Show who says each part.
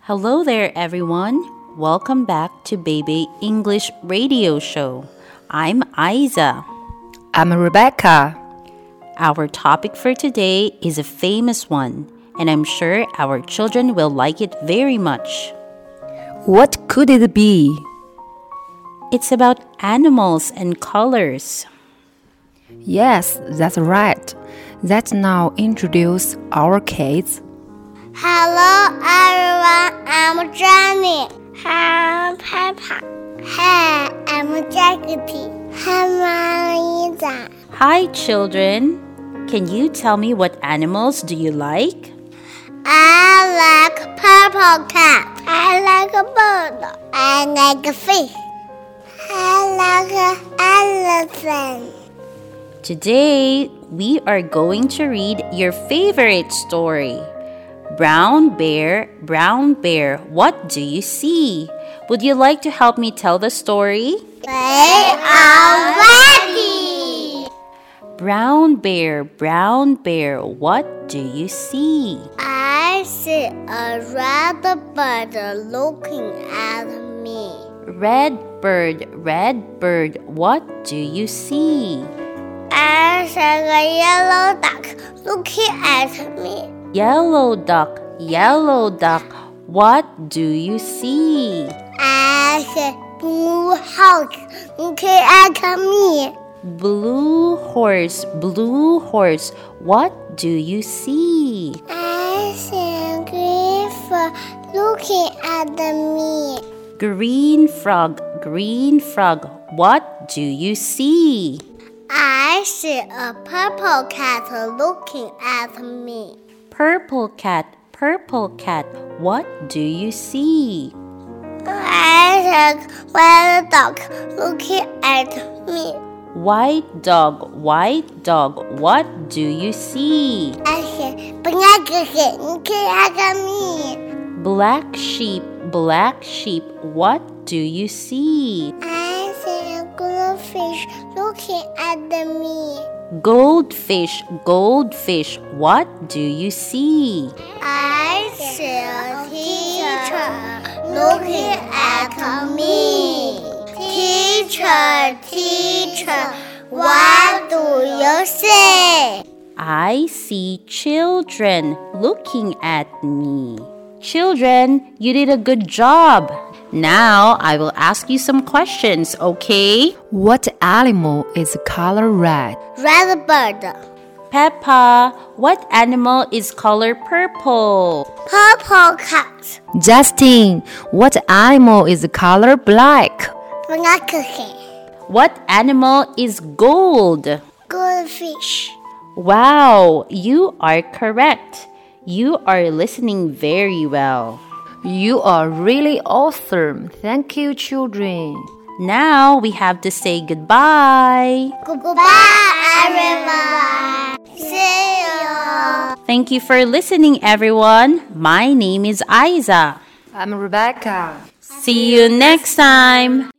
Speaker 1: Hello there, everyone. Welcome back to Baby English Radio Show. I'm Aiza.
Speaker 2: I'm Rebecca.
Speaker 1: Our topic for today is a famous one, and I'm sure our children will like it very much.
Speaker 2: What could it be?
Speaker 1: It's about animals and colors.
Speaker 2: Yes, that's right. Let's now introduce our kids.
Speaker 3: Hello everyone, I'm Jenny. Hi, I'm Peppa. Hi, I'm Jackie. Hi, Marisa.
Speaker 1: Hi, children. Can you tell me what animals do you like?
Speaker 3: I like purple cat. I like a bird. I like a fish. I like an elephant.
Speaker 1: Today, we are going to read your favorite story. Brown Bear, Brown Bear, what do you see? Would you like to help me tell the story?
Speaker 3: They are ready.
Speaker 1: Brown Bear, Brown Bear, what do you see?
Speaker 3: I see a red bird looking at me.
Speaker 1: Red bird, red bird, what do you see?
Speaker 3: I see a yellow duck looking at me.
Speaker 1: Yellow duck, yellow duck, what do you see?
Speaker 3: I see blue house looking at me.
Speaker 1: Blue horse, blue horse, what do you see?
Speaker 3: I see a green frog looking at me.
Speaker 1: Green frog, green frog, what do you see?
Speaker 3: I see a purple cat looking at me.
Speaker 1: Purple cat, purple cat, what do you see?
Speaker 3: I see a white dog looking at me.
Speaker 1: White dog, white dog, what do you see?
Speaker 3: I see black cat looking at me.
Speaker 1: Black sheep, black sheep, what do you see?
Speaker 3: I see a goldfish looking at me.
Speaker 1: Goldfish, goldfish, what do you see?
Speaker 3: I see a teacher looking at me. Teacher, teacher, what do you say?
Speaker 1: I see children looking at me. Children, you did a good job. Now I will ask you some questions, okay?
Speaker 2: What animal is color red?
Speaker 3: Red bird,
Speaker 1: Peppa, what animal is color purple?
Speaker 3: purple cat,
Speaker 2: Justin, what animal is color black?
Speaker 3: black cat,
Speaker 1: What animal is gold?
Speaker 3: goldfish.
Speaker 1: Wow, you are correct. You are listening very well.
Speaker 2: You are really awesome. Thank you, children.
Speaker 1: Now we have to say goodbye.
Speaker 3: Goodbye, everyone. See you.
Speaker 1: Thank you for listening, everyone. My name is Aiza.
Speaker 2: I'm Rebecca.
Speaker 1: See you next time.